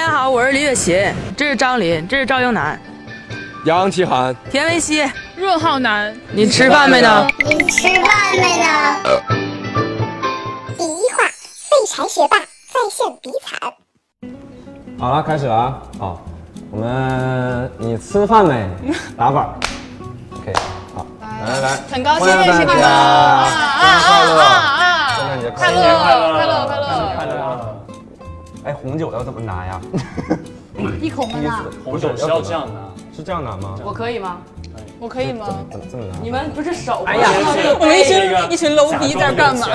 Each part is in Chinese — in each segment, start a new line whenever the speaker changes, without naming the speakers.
是李雪琴，这是张琳，这是赵英男、
杨奇涵，
田维希。
润浩南，
你吃饭没呢？
你吃饭没呢？
呃第一话，废柴学霸在线比惨。
好了，开始了啊！好，我们你吃饭没？打板儿。OK，好，来来来，
很高兴认识你们
啊
啊
快乐
啊！
圣诞节
快
快
乐
乐！
快乐快乐！
快乐啊！哎，红酒要怎么拿呀？
一口闷呐。
红酒是要这样拿，
是这样拿吗？
我可以吗？
我可以吗？
怎么这么拿？
你们不是手哎呀，
我们一群一群 low 逼在干嘛？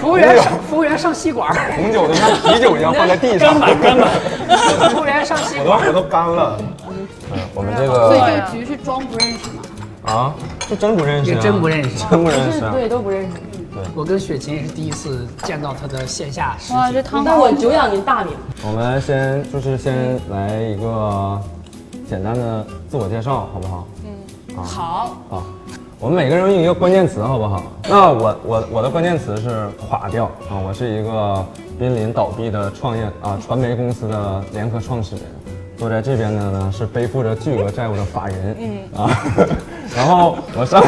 服务员上，服务员上吸管儿，
红酒都像啤酒一样放在地 上，
服务员上吸
我
管
都
儿。
我都干了。嗯，我们这
所以
个
这个局是装不认识吗？
啊，这真不认识啊，
真不认识，
真不认识啊。
对，都不认识。
我跟雪琴也是第一次见到她的线下实
哇，
体。
这汤
但我久仰您大名。
我们先就是先来一个简单的自我介绍，好不好？
嗯好，
好，我们每个人用一个关键词，好不好？那我我我的关键词是垮掉啊，我是一个濒临倒闭的创业啊传媒公司的联合创始人，坐在这边的呢是背负着巨额债务的法人，嗯啊， 然后我 上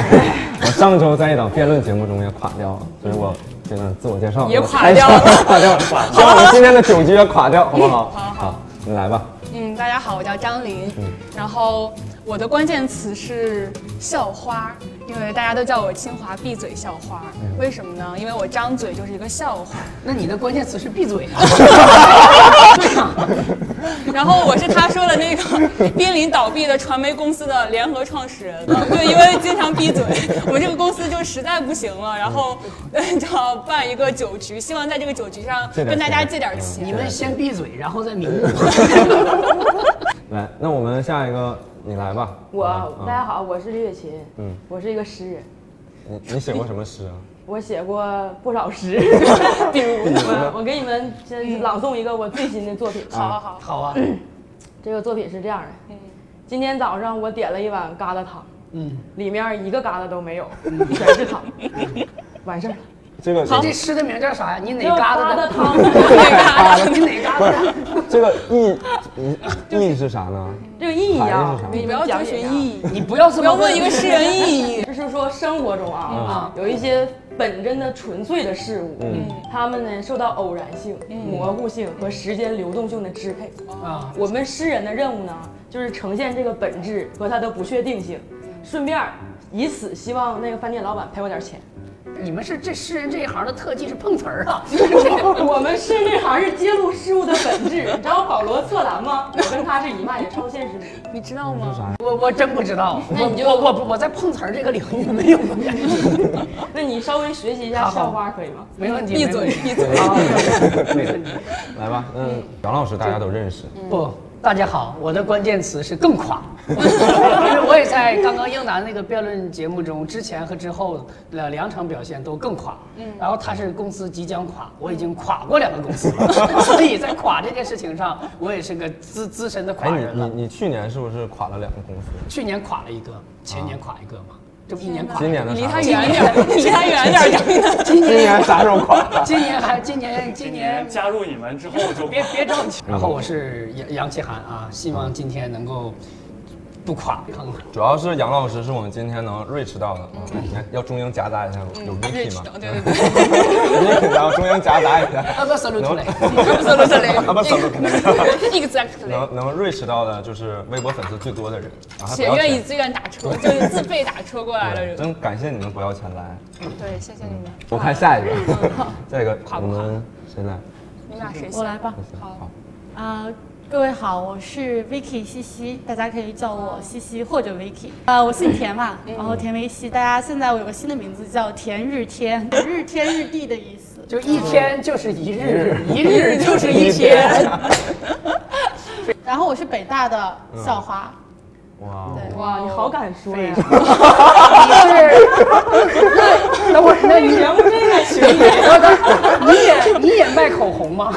我上周在一档辩论节目中也垮掉了，所以我。这个自我介绍
也
我
垮
开
掉了
场 垮掉了，希望我们今天的酒局也垮掉，好不好？好好，你来吧。
嗯，大家好，我叫张琳，
嗯
然后我的关键词是校花，因为大家都叫我清华闭嘴校花，
嗯
为什么呢？因为我张嘴就是一个笑话。
那你的关键词是闭嘴啊！
然后我是他说的那个 濒临倒闭的传媒公司的联合创 始人，对，因为经常闭嘴，我们这个公司就实在不行了，然后呃就要办一个酒局，希望在这个酒局上
借点
跟大家
钱
借点 钱。
你们先闭嘴，然后再明目。
来，那我们下一个你来吧。啊
我
好吧
大家好，我是李雪琴，
嗯
我是一个诗人，
你你写过什么诗啊？
我写过不少诗，比如我我给你们先朗诵一个我最新的作品。
好好好，
好啊，
这个作品是这样的：今天早上我点了一碗疙瘩汤，
嗯，
里面一个疙瘩都没有，全是汤，完事儿了。
这个
这诗的名叫啥呀？你哪嘎达的？
汤，
你哪嘎达的？
这个意意义是啥呢？
这个意义啊，我给
你
你
不
们
要
讲
追
解一
寻
下
意义，
你不要
哦
这
不
么
要问一个 诗人意义。
就是说生活中啊啊，有一些本真的纯粹的事物，他们呢受到偶然性、模糊性和时间流动性的支配。
啊！
我们诗人的任务呢，就是呈现这个本质和它的不确定性，顺便儿以此希望那个饭店老板赔我点钱。
你们是这诗人这一行的特技是碰瓷儿啊！
我们是这行是揭露事物的本质。你知道保罗·策兰吗？我跟他是一脉的超现实主义。
你知道吗？
我我真不知道，
那你就
我我我我在碰瓷儿这个领域没有
那你稍微学习一下
好好
校花可以吗？
没问题，
闭嘴
没问题
闭嘴。
啊没问题。嗯
来吧，嗯，杨老师大家都认识，
不，大家好，我的关键词是更垮， 因为我也在刚刚英男那个辩论节目中，之前和之后的两场表现都更垮。嗯，然后他是公司即将垮，我已经垮过两个公司了， 所以在垮这件事情上，我也是个资资深的垮
哎，
人
你
了。
你你去年是不是垮了两个公司？
去年垮了一个，前年垮一个嘛，这不一年垮
今年的
离
啥？
他远 点儿，离他远点儿，张琳。
今
今
年
年啥时候垮？
今年还今年今
今
年
年加入你们之后就
别别着急。然后我是杨杨奇涵啊，希
嗯
望今天能够不垮，看看。
主要是杨老师是我们今天能 reach 到的，嗯 你看要中英夹杂一下，有 Vicky 吗？
对 对对，
Vicky，然后中英夹杂一下，
哦啊不，收录 出来。
走了走了。
啊不，怎么可能？
exactly，
能能 reach 到的就是微博粉丝最多的人，啊还不
且
要
愿意
钱。
自愿打车，就是自费打车过来的人。
真感谢你们不要钱来，
对，谢谢你们。
我看下一个， 下一个我们谁来？
你们俩谁
我
先？
来吧。
好，
啊、各位好，我是 Vicky 西西，大家可以叫我西西或者 Vicky。啊，我姓田嘛，
嗯
然后田维西，大家现在我有个新的名字叫田日天，日天日地的意
嗯
思。
就一天就是 一日，一日就是一天。
然后我是北大的校花，
哇，
哦嗯
哇，你好敢说呀！
那我那你节目这个群里，你也你也卖口红 吗？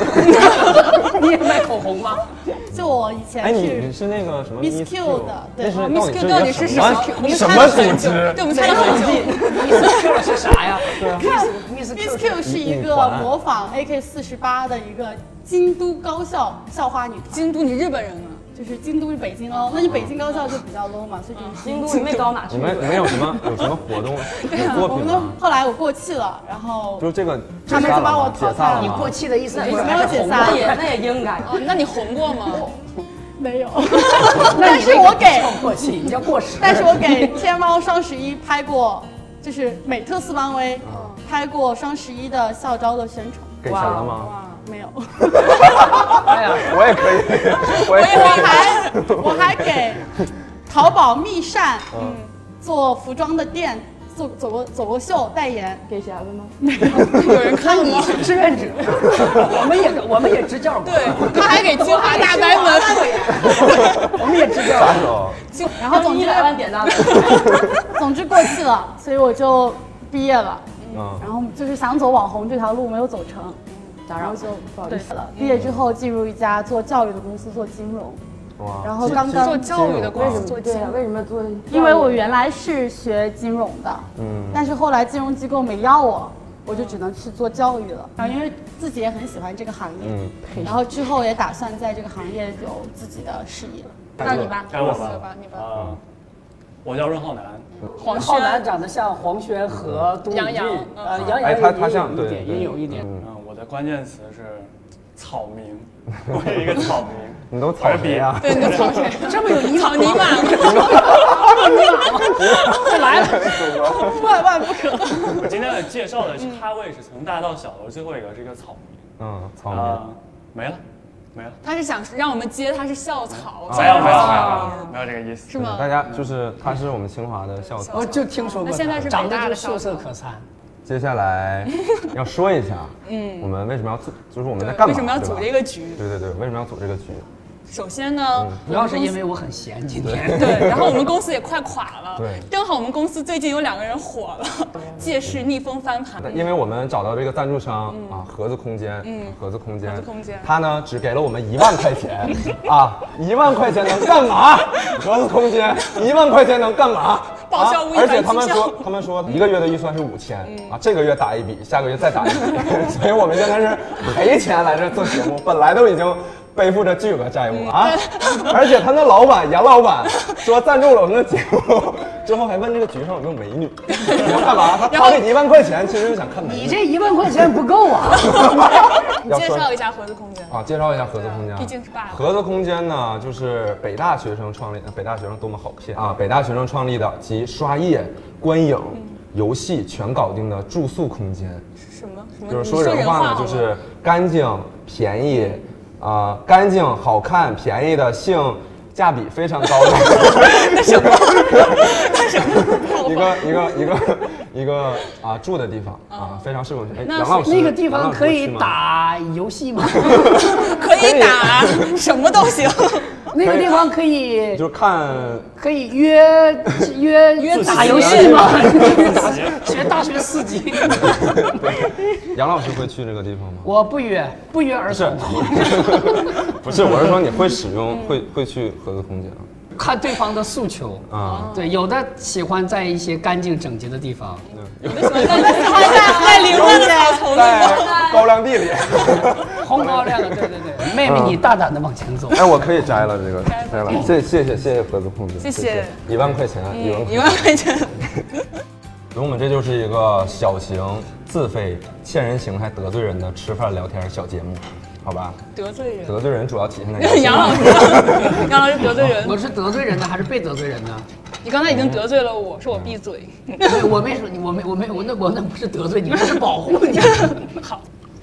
你也卖口红吗？
就我以
哎，
前
你
是
你是那个什么
Miss Q 的对
那是
哦
到
Miss
底
Q
是
到
一
底
个
是
什么
什么
什么
我
组
们猜了
织
很久？对，我们猜了很久。
Miss Q 是啥呀？Miss Miss Q 啊
Miss Q 是一
女
个
团
模仿 AK 四十八的一个京都高校校花女团，
京都，你日本人啊？
就是京都是北京哦
哦
喽，那你北京高校就比较 low 嘛，所以就是
京都也没高哪去
你。们你们有什么有什么活动
啊
有作
我
品
们都
吗？
后来我过气了，然后
就是这个
他们
解散
就把
了
我
吗
淘
解散
汰
了
了
你
吗
过气的意思就是
我没
还
有
是
解
红
散
那，也那也应该，
哦，那你红过吗？
没 有，但是我给，
叫过气，你叫过时。
但是我给天猫双十一拍过，就是美特斯邦威
啊
拍过双十一的校招的宣传，
给钱了
啊
吗？
没 有。
哎呀，
我也可以，我也可
我
以。
还我还给淘宝密扇，嗯，做服装的店做走过走过秀代言，
给钱了吗？
有人看了
你
吗？
是志愿者，我们也我们也支教过，
对，他还给清华大白门。
我们也 支教
啥
过。
时候？
然后总
一
之
百万点赞了。
总之过气了，所以我就毕业了，
嗯，
然后就是想走网红这条路没有走成，
打
然
扰
后就
不好
对
意思了。
毕业之后进入一家做教育的公司做金融，
哇
然后刚刚
做教育的公司做
对
金
啊，为什么做？
因为我原来是学金融的，
嗯
但是后来金融机构没要我，我就只能去做教育了。然后因为自己也很喜欢这个行业，
嗯
然后之后也打算在这个行业有自己的事业。
那你吧，
哎
该我
是
吧
吧，你吧。
啊，我叫任浩南，
黄
浩南
轩，
长得像黄轩和都敏
杨洋
俊
嗯
呃，杨洋
哎，
也
他
有
他像
一
对
点，
对
也有一点。
嗯
嗯，我的关键词是草民， 我有一个草民。
你都草谁啊呀？
对，你的草谁？这么有泥草泥马吗？
万万不可！
我今天的介绍的是咖位是从大到小，我最后一个是一个草民
嗯，草
啊
莓。，
没了，没了，
他是想让我们接他是校草，
哎
啊
没有没有没有没有这个意思，
是吗哦
大？家就是他是我们清华的校草。
我就听说过他，
那现在是北
长得
大
就
的
秀色可餐。
接下来要说一 下，嗯，我们为什么要组，就是我们在干嘛？
为什么要
对吧
组这？个局？
对对对，为什么要组这个局？
首先呢，
嗯
主要是因为我很闲，今天。
对，然后我们公司也快垮了，
对
正好我们公司最近有两个人火了，借势逆风翻盘
那，因为我们找到这个赞助商啊，盒子空间，嗯，盒子空间，
盒子空间
他呢只给了我们一万块钱 啊，一万块钱能干嘛？盒子空间一万块钱能干嘛？啊
报销无一
而
反
且他们
绩效
说，他们说一个月的预算是五千
嗯
啊，这个月打一笔，下个月再打一笔， 所以我们现在是赔钱来这做节目，本来都已经背负着巨额债务了啊，
嗯
而且他那老板杨老板说赞助了我们的节目。之后还问这个局上有没有美女，你要干嘛？他
然后
花这一万块钱，其实是想看美女。
你这一万块钱不够啊！
你
要
介
说
绍一下盒子空间。
啊，介绍一下合资空间啊。
毕竟是爸爸
合资空间呢，就是北大学生创立，呃北大学生多么好骗啊！北大学生创立的集刷夜、观影、游戏全搞定的住宿空间，
嗯什么什么？
就是
你
说人话呢，
好
就
吗
是干净、便宜，啊，干净、好看、便宜的性价比非常高 的 一个一个一个一个啊住的地方啊，非常适合去。哎，
那
杨老师，
那个地
杨
方
老师
可
去
以
吗
打游戏 吗？
可以打，啊什么都行。
那个地方可以
就是看
可以约 约约打游戏吗？ 学 大学四级，
杨老师会去这个地方吗？
我不约不约而
不是
同，，
不是，我是说你会使用，会会去合作空间
看对方的诉求。
啊？
对，有的喜欢在一些干净整洁的地方，
在凌乱的草丛里，
在高粱地里。
红高粱的，对对对，妹妹你大胆的往前走。
哎，我可以摘了这个，摘了。谢谢谢谢谢合作空间，
谢谢，
一万块钱，一万块
一
钱。
万块钱。
那我们这就是一个小型自费、欠人情还得罪人的吃饭聊天小节目，好吧？
得罪人。
得罪人主要体现在
杨老师，杨老师得罪人。
我是得罪人呢，还是被得罪人呢？
你刚才已经得罪了我，说我闭嘴。
对我没说你，我没我没我那我那不是得罪你，我是保护你。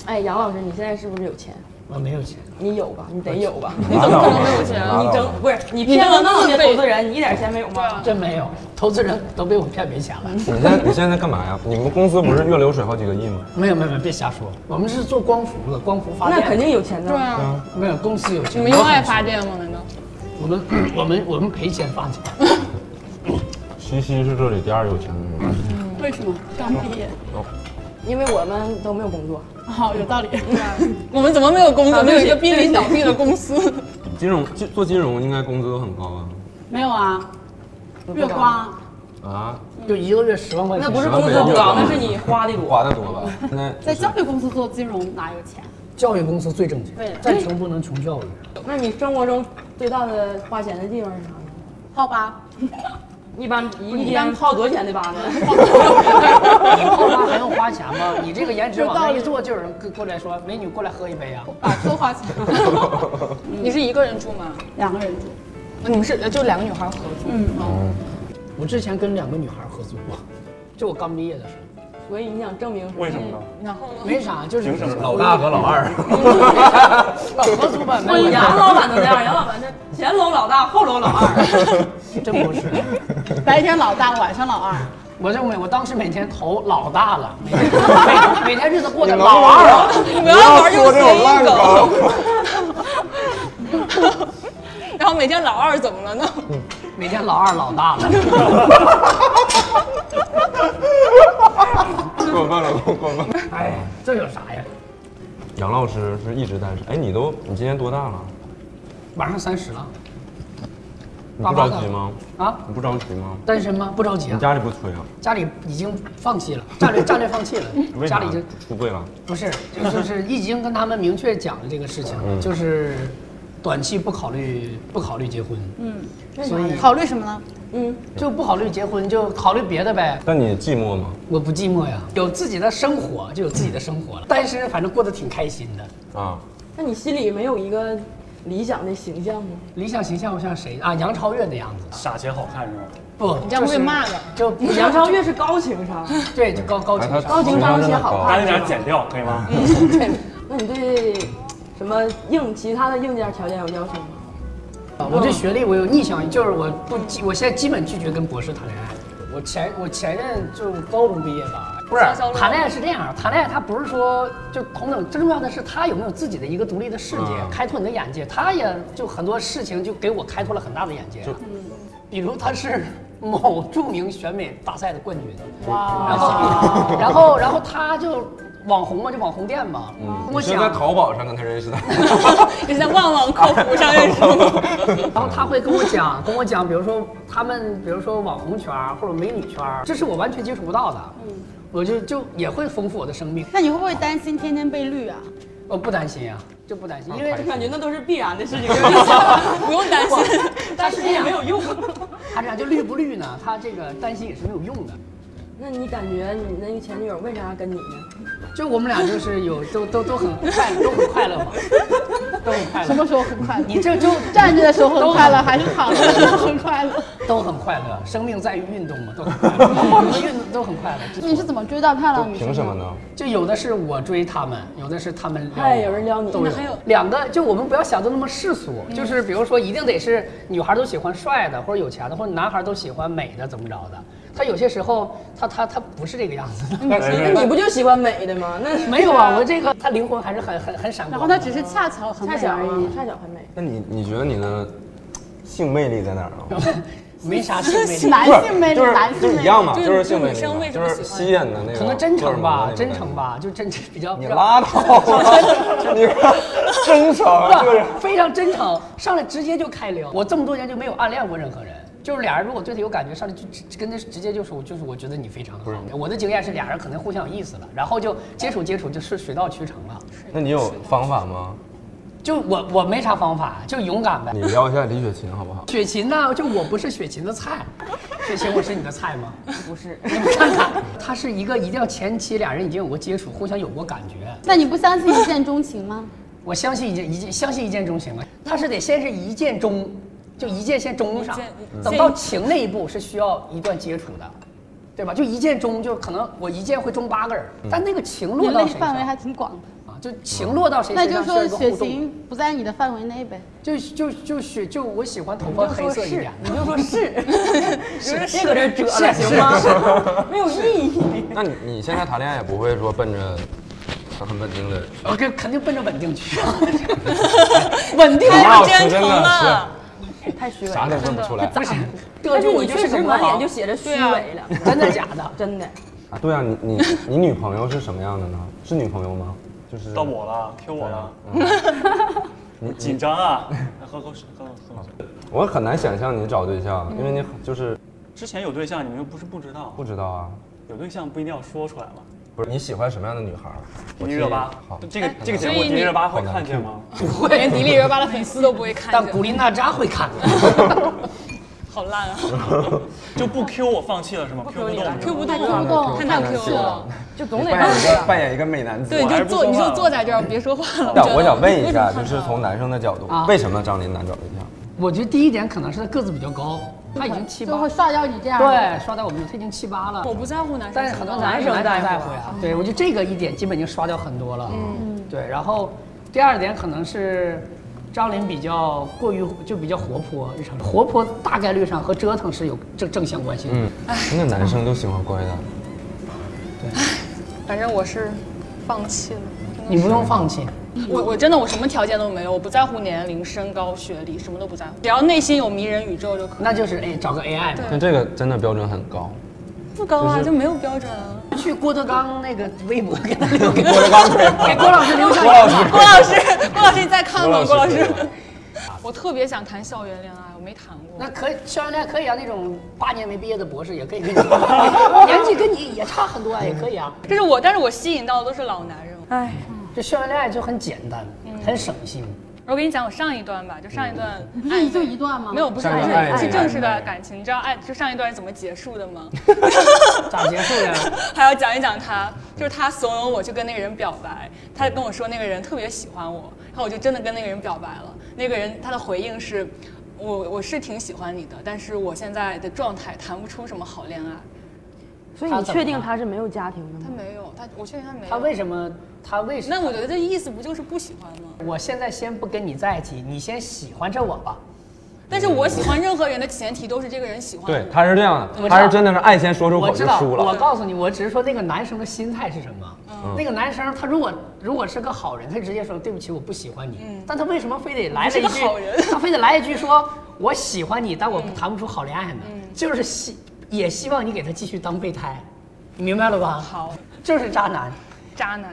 哎，杨老师，你现在是不是有钱？
我没有钱，
你有吧？你得有吧？
你怎么可能没有
钱
啊你
哦
整不是你骗了那么些投资人，你一点钱没有吗？
真没有，投资人都被我骗没钱了。
你现在你现在干嘛呀？你们公司不是月流水好几个亿吗？
没有没有没有，别瞎说，我们是做光伏的，光伏发电。
那肯定有钱的。
啊，
没有公司有钱。
你们用爱发电吗？难道？
我们 我们我们赔钱发展，
西西是这里第二有钱的人。
为什么刚毕业？
因为我们都没有工作。
好，有道理。
我们怎么没有工作？
啊
没
对
有
不
一
起
个濒临倒闭的公司。
金融金做金融应该工资都很高啊。
没有啊，月光啊，
啊，
就一个月十万块钱。
那不是工资不高，那是你花的多。
嗯
花的多吧？现在
在教育公司做金融哪有钱？
教育公司最挣钱
对，
再穷不能穷教育。
那你生活中最大的花钱的地方是啥呢？
好吧，
一般一天泡多少钱的吧呢？
你泡哎吧还用花钱 吗？你这个颜值往那一坐，就有人过过来说：“美女，过来喝一杯啊
把车花钱，
你是一个人住吗？
两个人住。
你们是呃就两个女孩合住？嗯，！”
我之前跟两个女孩合租过，就我刚毕业的时候，
所以你想证明什么
为什么呢？
然后呢？
没啥，就是
凭什么
老大和 老二，
合租吧，没
我
有
杨老板都这样，杨老板这前楼老大，后楼老二。
真不是。
白天老大，晚上老二，
我这每我当时每天头老大了，每 天每每天日子过得老二了。
你不要玩用
说这种
谐
烂
音
梗
梗。。 然后每天老二怎么了呢？
每天老二老大了，
过分了，过分了。
哎，这有啥呀？
杨老师是一直单身，哎，你都你今年多大了？
马上三十了
你不着急吗？
啊，
你不着急吗？
单身吗？不着急
你
啊，
家里不催啊？
家里已经放弃了，战略战略放弃了，
为
家
啥
里已经
出柜了？
不是就就是已经跟他们明确讲了这个事情，
嗯
就是短期不考虑不考虑结婚，
嗯
所以
考虑什么呢？
就不考虑结婚，就考虑别的呗。
但你寂寞吗？
我不寂寞呀，有自己的生活就有自己的生活了，单身反正过得挺开心的。
啊，
那你心里没有一个理想的形象吗？
理想形象像谁啊？杨超越的样子，
傻且好看是吗？
不，
你这样会被骂的。
就
杨超越是高 情商，
对，就高
哎
高情商。
高情商且好
把那
看
点儿剪掉可以吗？
对。那你对什么硬其他的硬件条件有要求吗？
啊我
嗯
对学历我有逆向，就是我不基，我现在基本拒绝跟博士谈恋爱。我前我前任就是高中毕业吧，不是
销售
谈恋爱是这样，谈恋爱他不是说就同等，最重要的是他有没有自己的一个独立的世界，
嗯
开拓你的眼界。他也就很多事情就给我开拓了很大的眼界啊，比如他是某著名选美大赛的冠军，然后然后然后他就网红嘛，就网红店嘛，跟
嗯
我
你是
讲
在淘宝上跟他 认识的？
你在旺旺客服 上认识吗？
哎然后他会跟我讲，跟我讲，比如说他们，比如说网红圈儿或者美女圈儿，这是我完全接触不到的，
嗯
我就就也会丰富我的生命。
那你会不会担心天天被绿啊？
我不担心啊，就不担心，因为
就感觉那都是必然的事情，
不用担心。
但是也没有用。
他这样就绿不绿呢？他这个担心也是没有用的。
那你感觉你那个前女友为啥跟你呢？
就我们俩就是有都都都很快都很快乐嘛，都很快
什
乐
么，时候很快乐？
你这就
站着的时候很快乐，还是躺着的时候很快乐？
都很快乐，生命在于运动嘛，都很快乐， 我们运动都很快乐。
你是怎么追到漂
就
亮女生？
凭什么？呢？
就有的是我追他们，有的是他们撩我，
哎有人撩你
都有
那还有
两个，就我们不要想的那么世俗，就是比如说一定得是女孩都喜欢帅的，或者有钱的，或者男孩都喜欢美的，怎么着的？他有些时候，他他他不是这个样子的，
但是
那你不就喜欢美的吗？那
没有啊，我这个他灵魂还是很很很闪
然
光的。
后他只是恰巧很美
恰巧
而已。
恰巧很美。
那你你觉得你的性魅力在哪儿 啊？
没啥性魅力，
男性魅力
就，是
男性
就
魅
是
力
一样嘛，
对
就是性魅
女生
力嘛，
为什
就
么
是
喜欢
吸引的那个，
可能真诚吧，真诚
诚。
吧，就真诚比较比
你
较
拉倒吧，你真诚啊就是
不非常真诚，上来直接就开聊。我这么多年就没有暗恋过任何人，就是俩人如果对他有感觉，上来就直跟他直接就说，就是我觉得你非常好。我的经验是俩人可能互相有意思了，然后就接触接触，就是水到渠成了。
那你有方法吗？
就我我没啥方法，就勇敢呗
你。聊一下李雪琴好不好？
雪琴呢？就我不是雪琴的菜，雪琴我是你的菜吗？
不是，
你们看看，他是一个一定要前期俩人已经有过接触，互相有过感觉，
那你不相信一见钟情吗？
我相信一见一见相信一见钟情了，但啊是得先是一见钟，就一见先钟上
一见，
等到情那一步是需要一段接触的，对吧？就一见钟，就可能我一见会钟八个人，但那个情
你
落
那
到
个
谁
范围还
上
挺广的，
啊？就情落到谁
那
身
就
上
是说
需要一个
雪
互动，
晴不在你的范围内呗。
就就就雪就我喜欢头发黑色一点，
你就说是，
是
别搁这折了，
是
行吗？没有意义。
那你你现在谈恋爱也不会说奔着很稳定的，
我这肯定奔着稳定去，
稳定
老
太
师真
真诚
的
了，
太虚伪
啥
了。
都问不出来。
这
但是
就我
你
就
确
是个
实
模
满
仿
眼就，写着虚
对啊
伪了，
真的假的？
真的。
啊对啊，你你你女朋友是什么样的呢？是女朋友吗？就是
到我了，Q 我了，
啊嗯
你
紧张啊！来喝口水，喝口喝口水。
我很难想象你找对象，因为你很就是
之前有对象，你们又不是不知道，
不知道啊。
有对象不一定要说出来嘛。
不不是你喜欢什么样的女孩儿？我
迪
替
丽热
你
巴
好，，
这个这个节
所以
目迪丽
你
热巴会看见吗？
连迪丽热巴的粉丝都不会看
但
见
古，力娜扎会看的。
好烂啊
就不 Q 我放弃了是吗？Q 不动
！Q 不动
看着
太难 Q
看着
了。
就总得
扮演一个扮演一个美男子。
对，
还
就是
不
坐，你
说
就
话
坐在这儿，别说话了。
但我
真的
想问一下，就是从男生的角度
啊，
为什么张琳难找对象？
我觉得第一点可能是他个子比较高，他已经七
就
八
会，刷掉你这样。，
对，刷到我们他已经七八了
我。不在乎男生，
但是很多
男生
生
在乎
在乎呀，啊对我觉得这个一点基本已经刷掉很多了。嗯，对。然后第二点可能是张琳比较过于就比较活泼，日常活泼大概率上和折腾是有正正相关性的。
嗯，那男生都喜欢乖的。
反正我是放弃了。
你不用放弃，
我我真的我什么条件都没有，我不在乎年龄、身高、学历，什么都不在乎，只要内心有迷人宇宙就可以。
那就是哎找个 AI 嘛。
但这个真的标准很高。
不高
就
啊，
是
就没有标准啊。
去郭德纲那个微博给他留给郭德纲给郭老师留下。
郭老师，
郭老师，郭老师你在看吗？郭老师
郭老师，
我特别想谈校园恋爱，我没谈过。
那可以，校园恋爱可以啊，那种八年没毕业的博士也可以跟你，年纪跟你也差很多啊，也可以啊。
这是我，但是我吸引到的都是老男人。
哎，
就校园恋爱就很简单，很省心。
我跟你讲，我上一段吧，就上一段
你不
暧
是
昧
一就一段吗？
没有，不是
上一
不
段
是
暧昧
是正式的感情。你知道爱就上一段是怎么结束的吗？
咋结束呀？
还要讲一讲他，就是他怂恿我去跟那个人表白，他跟我说那个人特别喜欢我，然后我就真的跟那个人表白了。那个人他的回应是，我我是挺喜欢你的，但是我现在的状态谈不出什么好恋爱。
所以你确定他是没有家庭的
他
吗？
没有，他我确定他没有。
他为什么？他为什么？
那我觉得这意思不就是不喜欢吗？
我现在先不跟你在一起，你先喜欢着我吧。
但是我喜欢任何人的前提都是这个人喜欢
对
我，。
他是这样
我
的，
知道
他是真的是爱先说出
我
口
知
就
道，
输
我
了。嗯
告诉你，我只是说那个男生的心态是什么。那个男生他如果如果是个好人，他直接说对不起，我不喜欢你。但他为什么非得来了一
你是
句
个好人
他非得来一句说我喜欢你，但我谈不出好恋爱呢？就是希也希望你给他继续当备胎，你明白了吧？
好，
就是渣男。
渣男，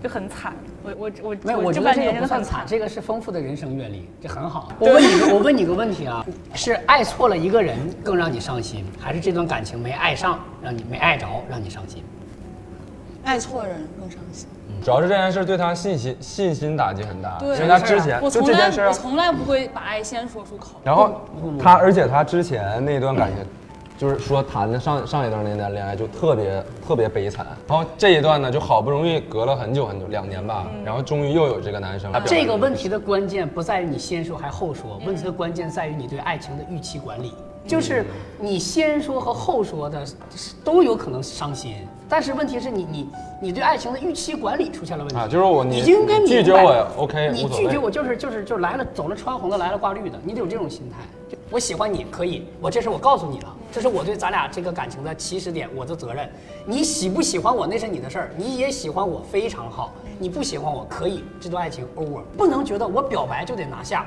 就很惨。我我我
没有，我觉
这
得
半
这
年
个
真
不
的
算
很
惨
惨，。
这个是丰富的人生阅历，这很好。啊我问你个，我问你个问题啊，是爱错了一个人更让你伤心，还是这段感情没爱上让你没爱着让你伤心？
爱错人更伤心。
主要是这件事对他信心信心打击很大，因
对
为他之前
我
就
从
这
来
件事
我
啊。
从来不会把爱先说出口。
然后他，而且他之前那段感情，就是说谈的上上一段那段恋爱就特别特别悲惨，然后这一段呢就好不容易隔了很久很久两年吧，然后终于又有这个男生。他表
这
现
个
出
问题的关键不在于你先说还是后说，问题的关键在于你对爱情的预期管理，
嗯
就是你先说和后说的都有可能伤心，但是问题是你你你对爱情的预期管理出现了问题
啊，就是我
你
你
应该
你
明白
拒绝我也 OK，
你
无所
拒
谓
绝。我就是就是就是来了走了穿红的来了挂绿的，你得有这种心态。就我喜欢你可以，我这事我告诉你了，这是我对咱俩这个感情的起始点，我的责任。你喜不喜欢我那是你的事儿，你也喜欢我非常好，你不喜欢我可以，这段爱情 over，不能觉得我表白就得拿下。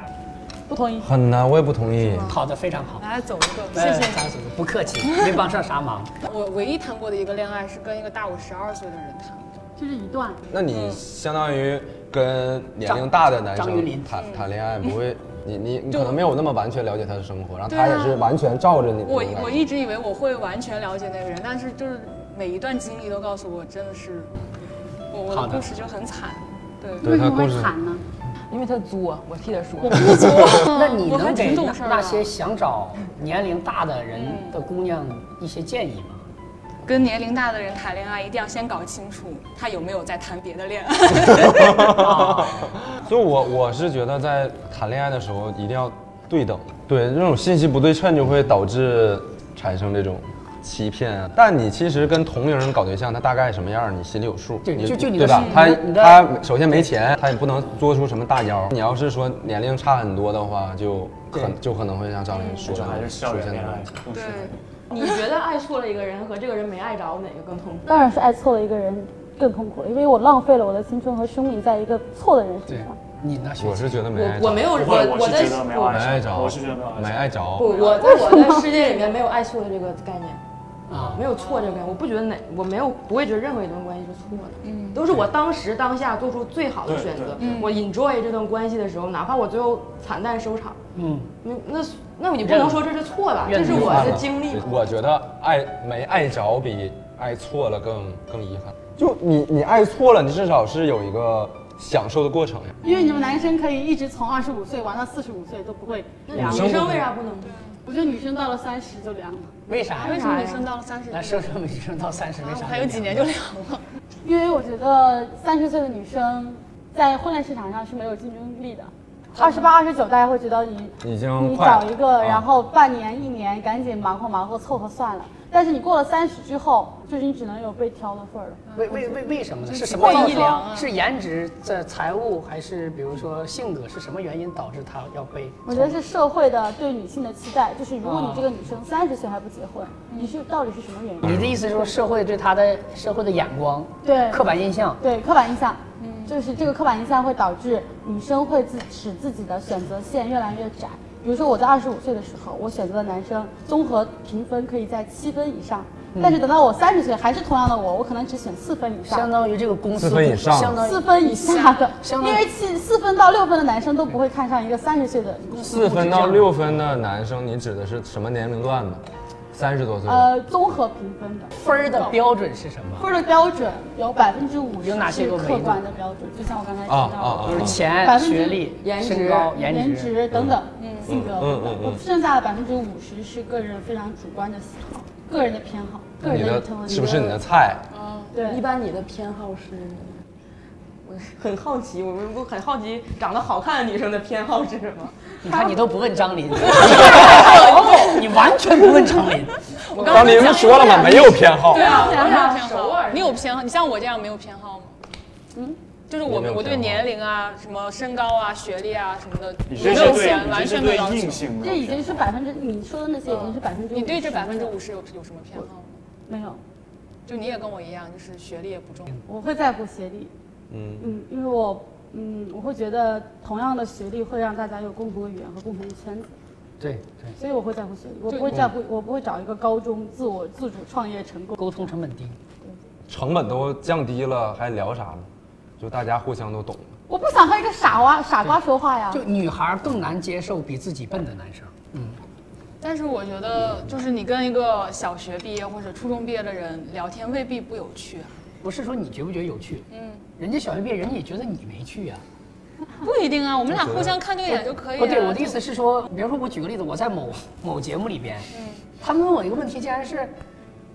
不同意。
很难，我也不同意。
好的，非常好，
来走一个，
谢谢张总，不客气，没帮上啥忙。
我唯一谈过的一个恋爱是跟一个大我十二岁的人谈的，
就是一段，
那你相当于跟年龄大的男
张张云林
生谈谈恋爱，不会，你你你可能没有那么完全了解他的生活，然后他
对啊
也是完全照着你的那种
我
感觉。
我一直以为我会完全了解那个人，但是就是每一段经历都告诉我，真的是我我
好
的
的
故事就很惨，对，
为
对
什
他
么会
故事
惨呢？
因为他作，我替他说。
那你
我还
能
挺
给
懂
那
事儿的
那些想找年龄大的人的姑娘一些建议吗？
跟年龄大的人谈恋爱一定要先搞清楚他有没有在谈别的恋爱，
所以我我是觉得在谈恋爱的时候一定要对等，对这种信息不对称就会导致产生这种欺骗啊。但你其实跟同龄人搞对象，他大概什么样，你心里有数，
对就就你的
对吧
心？
他
你的
他首先没钱，他也不能作出什么大妖。你要是说年龄差很多的话，就
对
很就可能会像张琳说的
嗯还是校
出
园
现这
恋
种
爱更适合。
你觉得爱错了一个人和这个人没爱着，哪个更痛苦？
当然是爱错了一个人更痛苦了，因为我浪费了我的青春和生命在一个错的人身上。
你呢，学
我
姐
是？觉得没爱
我我
着，
没有
不会，
我
我
在
是觉得没有
我
爱
没爱
上，
着，
我是觉得没有
哦没
上
爱着。
不，我在我的世界里面没有爱错的这个概念，
啊
没有错这个概念，我不觉得哪，我没有不会觉得任何一段关系是错的，嗯，都是我当时当下做出最好的选择。我 enjoy 这段关系的时候，哪怕我最后惨淡收场，
嗯，
嗯那那你不能说这是错吧？这是
啊
我的经历。
我觉得爱没爱着比爱错了更更遗憾。就你你爱错了，你至少是有一个享受的过程呀。
因为你们男生可以一直从二十五岁玩到四十五岁都不会凉。
女生女生为啥
不能？
我觉得女生到了三十就凉了。
为啥呀
为什么女生到了三十？
来说说女生到三十为啥？
还有几年就凉了。
因为我觉得三十岁的女生在婚恋市场上是没有竞争力的。二十八、二十九，大家会觉得你
已
你
经快
找一个，
啊
然后半年、一年，赶紧忙活忙活，凑合算了。但是你过了三十之后，就是你只能有被挑的份儿了。
为为为为什么呢？是什么
会
原
议
因
凉啊？
是颜值、这财务，还是比如说性格？是什么原因导致他要被？
我觉得是社会的对女性的期待，就是如果
啊
你这个女生三十岁还不结婚，你是到底是什么原因？
你的意思是说，社会对他的社会的眼光、
对
刻板印象？
对刻板印象，就是这个刻板印象会导致女生会自使自己的选择线越来越窄。比如说我在二十五岁的时候，我选择的男生综合评分可以在七分以上，
嗯
但是等到我三十岁还是同样的我，我可能只选四分以上。
相当于这个公司
四分以上
相当于
四分以下的，
相
因
当于
为七四分到六分的男生都不会看上一个三十岁的女生。
四分到六分的男生，你指的是什么年龄段呢？三十多岁。
呃，综合评分的
分儿的标准是什么？
分儿的标准有百分之五十
有哪些
是
个维
客
度
观的标准，就像我刚才提
啊
到
啊啊
就是
的，百
钱、
分之
学历、
颜值
身高、
颜
颜值。
值等等，性格，
嗯嗯嗯
剩下的百分之五十是个人非常主观的喜好、个人的偏好、个
你
人的
的
特征
是不是你的菜？
对
一般你的偏好是？ 我很好奇，我们不很好奇长得好看的女生的偏好是什么？
你看，你都不问张琳，你完全不问张琳。
我
刚才
才
你们说了吗？没有偏好。
对啊，我没有偏好。
偶尔
你有偏好？你像我这样没有偏好吗？嗯，就是
我
我
没有
我
偏
对
好
年龄啊、什么身高啊、学历啊什么的，
你
没
这是
有
对，
钱，完
你这是
全没有
对
要
硬
求。
性没
这
有
已
偏好
经是百分之你说的那些已经是百分之
你对这百分之五十有有什么偏好吗？
没有，
就你也跟我一样，就是学历也不重要。
我会在乎学历，
嗯，
嗯，因为我嗯我会觉得同样的学历会让大家有共同的语言和共同的圈子，
对对，
所以我会在乎学历，我不会
嗯
在乎我不会找一个高中自我自主创业成功。
沟通成本低。
成本都降低了，还聊啥呢？就大家互相都懂。
我不想和一个傻瓜傻瓜说话呀。
就女孩更难接受比自己笨的男生。
但是我觉得，就是你跟一个小学毕业或者初中毕业的人聊天，未必不有趣啊。
不是说你觉不觉得有趣，
嗯，
人家小学毕业，人家也觉得你没趣啊呀、
不一定啊，我们俩互相看对眼就可以了。
不对，我的意思是说，比如说我举个例子，我在某某节目里边，
嗯
他们问我一个问题，竟然是。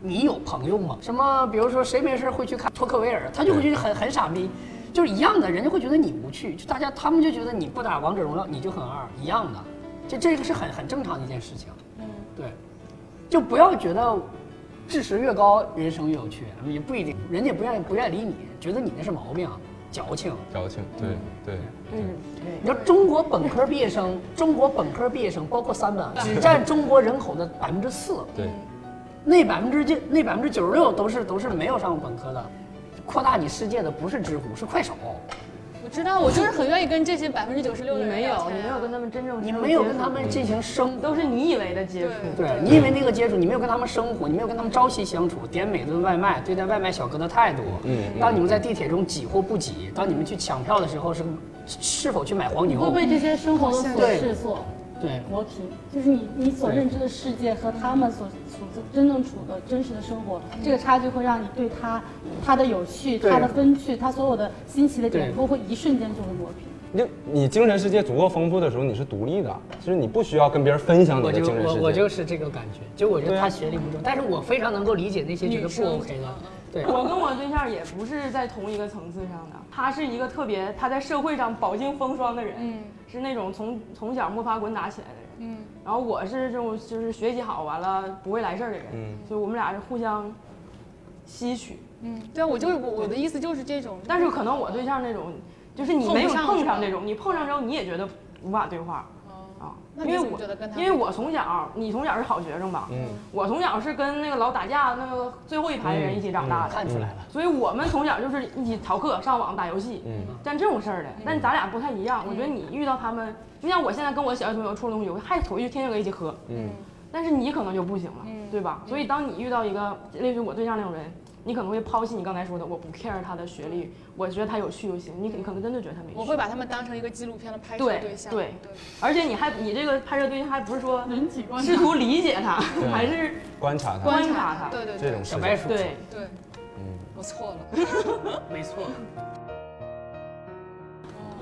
你有朋友吗？什么，比如说谁没事会去看托克维尔，他就会觉得很很傻逼，就是一样的，人家会觉得你无趣，就大家他们就觉得你不打王者荣耀你就很二，一样的，就这个是很很正常的一件事情，
嗯
对，就不要觉得智识越高人生越有趣，也不一定，人家也不愿意不愿意理你，觉得你那是毛病，矫情，
矫情，对对。
嗯
你知道中国本科毕业生，中国本科毕业生包括三本啊，只占中国人口的百分之四，
对，
那百分之九那百分之九十六都是都是没有上过本科的。扩大你世界的不是知乎，是快手。
我知道，我就是很愿意跟这些百分之九十六的
你
人
没
聊天
有，
啊
你没有跟他们真正
你
深入
没有
接
跟
触
他们进行生，
都是你以为的接触。
对
对你因为那个接触，你没有跟他们生活，你没有跟他们朝夕相处，点每顿外卖，对待外卖小哥的态度。
嗯嗯
当你们在地铁中挤或不挤，当你们去抢票的时候是是否去买黄
你会
牛？
被这些生活的琐事所
对，
磨平，就是你你所认知的世界和他们所处的真正处的真实的生活，
嗯
这个差距会让你对他他的有趣、
对
他的分趣、他所有的新奇的点
对
都会一瞬间就会磨平。
你你精神世界足够丰富的时候，你是独立的，就是你不需要跟别人分享你
我
的
就
精神世
我
界。
我就是这个感觉，就我觉得
对啊
他学历不重，但是我非常能够理解那些觉得不 OK 的，对，
嗯
我跟我对象也不是在同一个层次上的，他是一个特别他在社会上饱经风霜的人，是那种从从小摸爬滚打起来的人，然后我是这种就是学习好完了不会来事儿的人，
嗯
所以我们俩是互相吸取，
嗯，对啊，我就是我我的意思就是这种，
但是可能我对象那种就是你没
碰
有
不上
碰上
是吧
这种，你碰上之后你也觉得无法对话，啊，
那
因
你
为
怎么
我
觉得跟他
因为我从小你从小是好学生吧，我从小是跟那个老打架那个最后一排的人一起长大的。
看出来了。
所以我们从小就是一起逃课、上网、打游戏，
嗯
干这种事儿的。但咱俩不太一样，我觉得你遇到他们，就像我现在跟我小学同学、初中同学，我还回去天天搁一起喝，
嗯，
但是你可能就不行了，对吧？所以当你遇到一个类似于我对象那种人，你可能会抛弃你刚才说的，我不 care 他的学历，我觉得他有趣就行。你可你可能真的觉得他没
我
趣，
会把他们当成一个纪录片的拍摄
对
象。
对，而且你还你这个拍摄对象还不是说
人体观
试图理解他，还是
观察他
观察他，
对对
这
对
种事
小
情。
白鼠，
对。
对，我错了，
没错。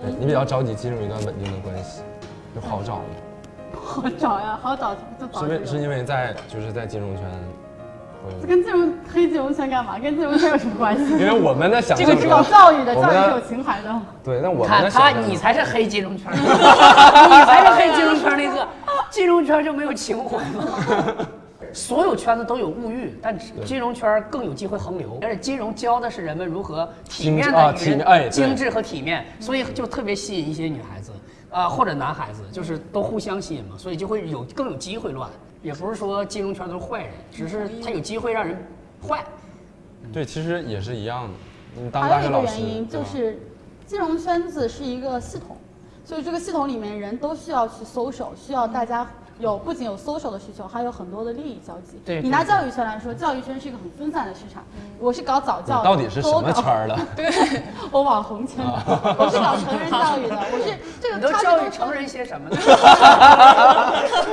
对你比较着急进入一段稳定的关系，就好找吗？
好找呀，好找就找
是
这
为
个。
是因为在就是在金融圈会，
跟金融黑金融圈干嘛？跟金融圈有什么关 系？
因为我们的想象
这
中
是搞教育的，
我
教
们
育是有
的
情怀的。
对，那我们
他
的
他
想象
你才是黑金融圈， 你才是黑金融圈那个，金融圈就没有情怀吗？所有圈子都有物欲，但只金融圈更有机会横流，而且金融教的是人们如何体面
精致啊
的
体面哎对
精致和体面，所以就特别吸引一些女孩子啊、或者男孩子，就是都互相吸引嘛，所以就会有更有机会乱。也不是说金融圈都是坏人，只是他有机会让人坏。
对，其实也是一样的。你当
还
大
有
学
一个
老师
原因
对
就
吧
是，金融圈子是一个系统，所以这个系统里面人都需要去 social，需要大家有不仅有 social 的需求，还有很多的利益交集。
对
你拿教育圈来说，教育圈是一个很分散的市场。我是搞早
你
教的，
嗯到底是什
我
么
搞
圈儿 的？
我网红圈的，我是搞成人教育的，我 是这
你
个
都
差距
教育
都
成人些什么呢？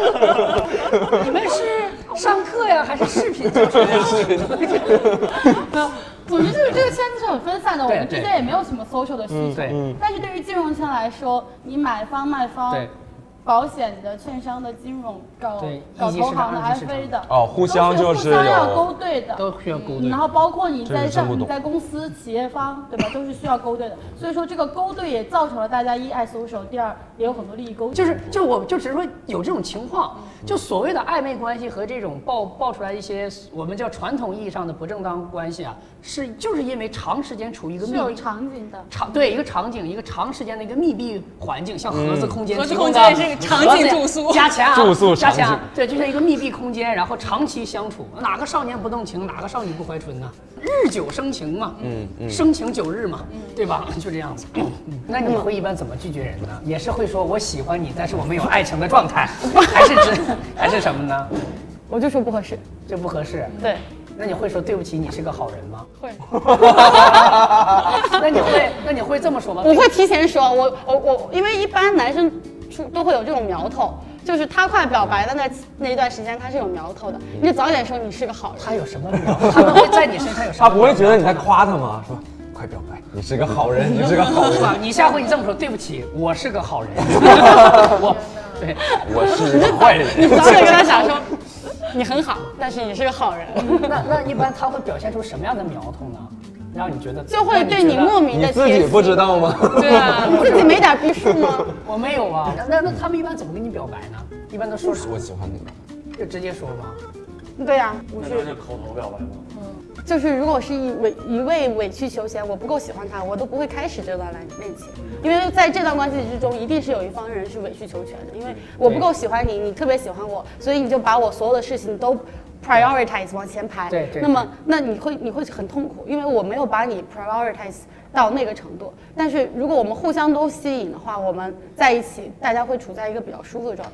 你们是
上课呀，还是 视频教学呀？
总之就是这个圈子是很分散的，我们之
对对
间也没有什么 social 的需求。
对
但是对于金融圈来说，你买方卖方
对，
保险的、券商的、金融搞
对
搞
一级
投
市场
行的、
二级市
FA
场
的，
哦互相
都
就是
互相要
有
勾兑的，嗯
都需要勾兑
然后包括你
这是
在
真不
上你
懂
在公司、企业方，对吧，都是需要勾兑的。所以说这个勾兑也造成了大家一爱 social，第二也有很多利益勾兑。
就是就我就只是说有这种情况，就所谓的暧昧关系和这种爆爆出来一些我们叫传统意义上的不正当关系啊，是就是因为长时间处于一个
是
密
有
闭
场景的。
场对一个场景一个长时间的一个密闭环境，像盒子空间
盒子
提供
空
的，
间是个场景
盒子
住宿
加钱啊，
嗯 住宿
加钱
场
啊
景，
对，就像一个密闭空间，然后长期相处，哪个少年不动情，哪个少女不怀春呐、日久生情嘛，嗯嗯，生情久日嘛，
嗯
对吧？ 就 这样子。嗯那你会一般怎么拒绝人呢？也是会说我喜欢你，但是我没有爱情的状 态，还是只还是什么呢？
我就说不合适。
这不合适。
对，
那你会说对不起，你是个好人 吗？
会，
那你会那你会这么说吗？
我会提前说，我我我，因为一般男生出都会有这种苗头，就是他快表白的那那一段时间，他是有苗头的，你就早点说你是个好人。
他有什么苗？他们会在你身上有什
他
么？
不会觉得你在夸他吗？说快表白，你是个好人，你是个好人
不，管你下回你这么说，对不起，我是个好 人。我对，
我是个坏人。
早点跟他讲说，你很好，但是你是个好人，
那那一般他会表现出什么样的苗头呢？让你觉得
就会对你莫
名
名
你
的
自己不知道吗？
对啊，
你自己没点逼数 吗？
我没有啊。那那他们一般怎么跟你表白呢？一般都说啥？
我喜欢你吧。
就直接说吗？
对呀、
那都是口头表白吗？
就是如果是一委一味委曲求全，我不够喜欢他，我都不会开始这段恋恋情，因为在这段关系之中，一定是有一方人是委曲求全的，因为我不够喜欢你，你特别喜欢我，所以你就把我所有的事情都 prioritize 往前排，
对对
那么那你会你会很痛苦，因为我没有把你 prioritize 到那个程度。但是如果我们互相都吸引的话，我们在一起，大家会处在一个比较舒服的状态。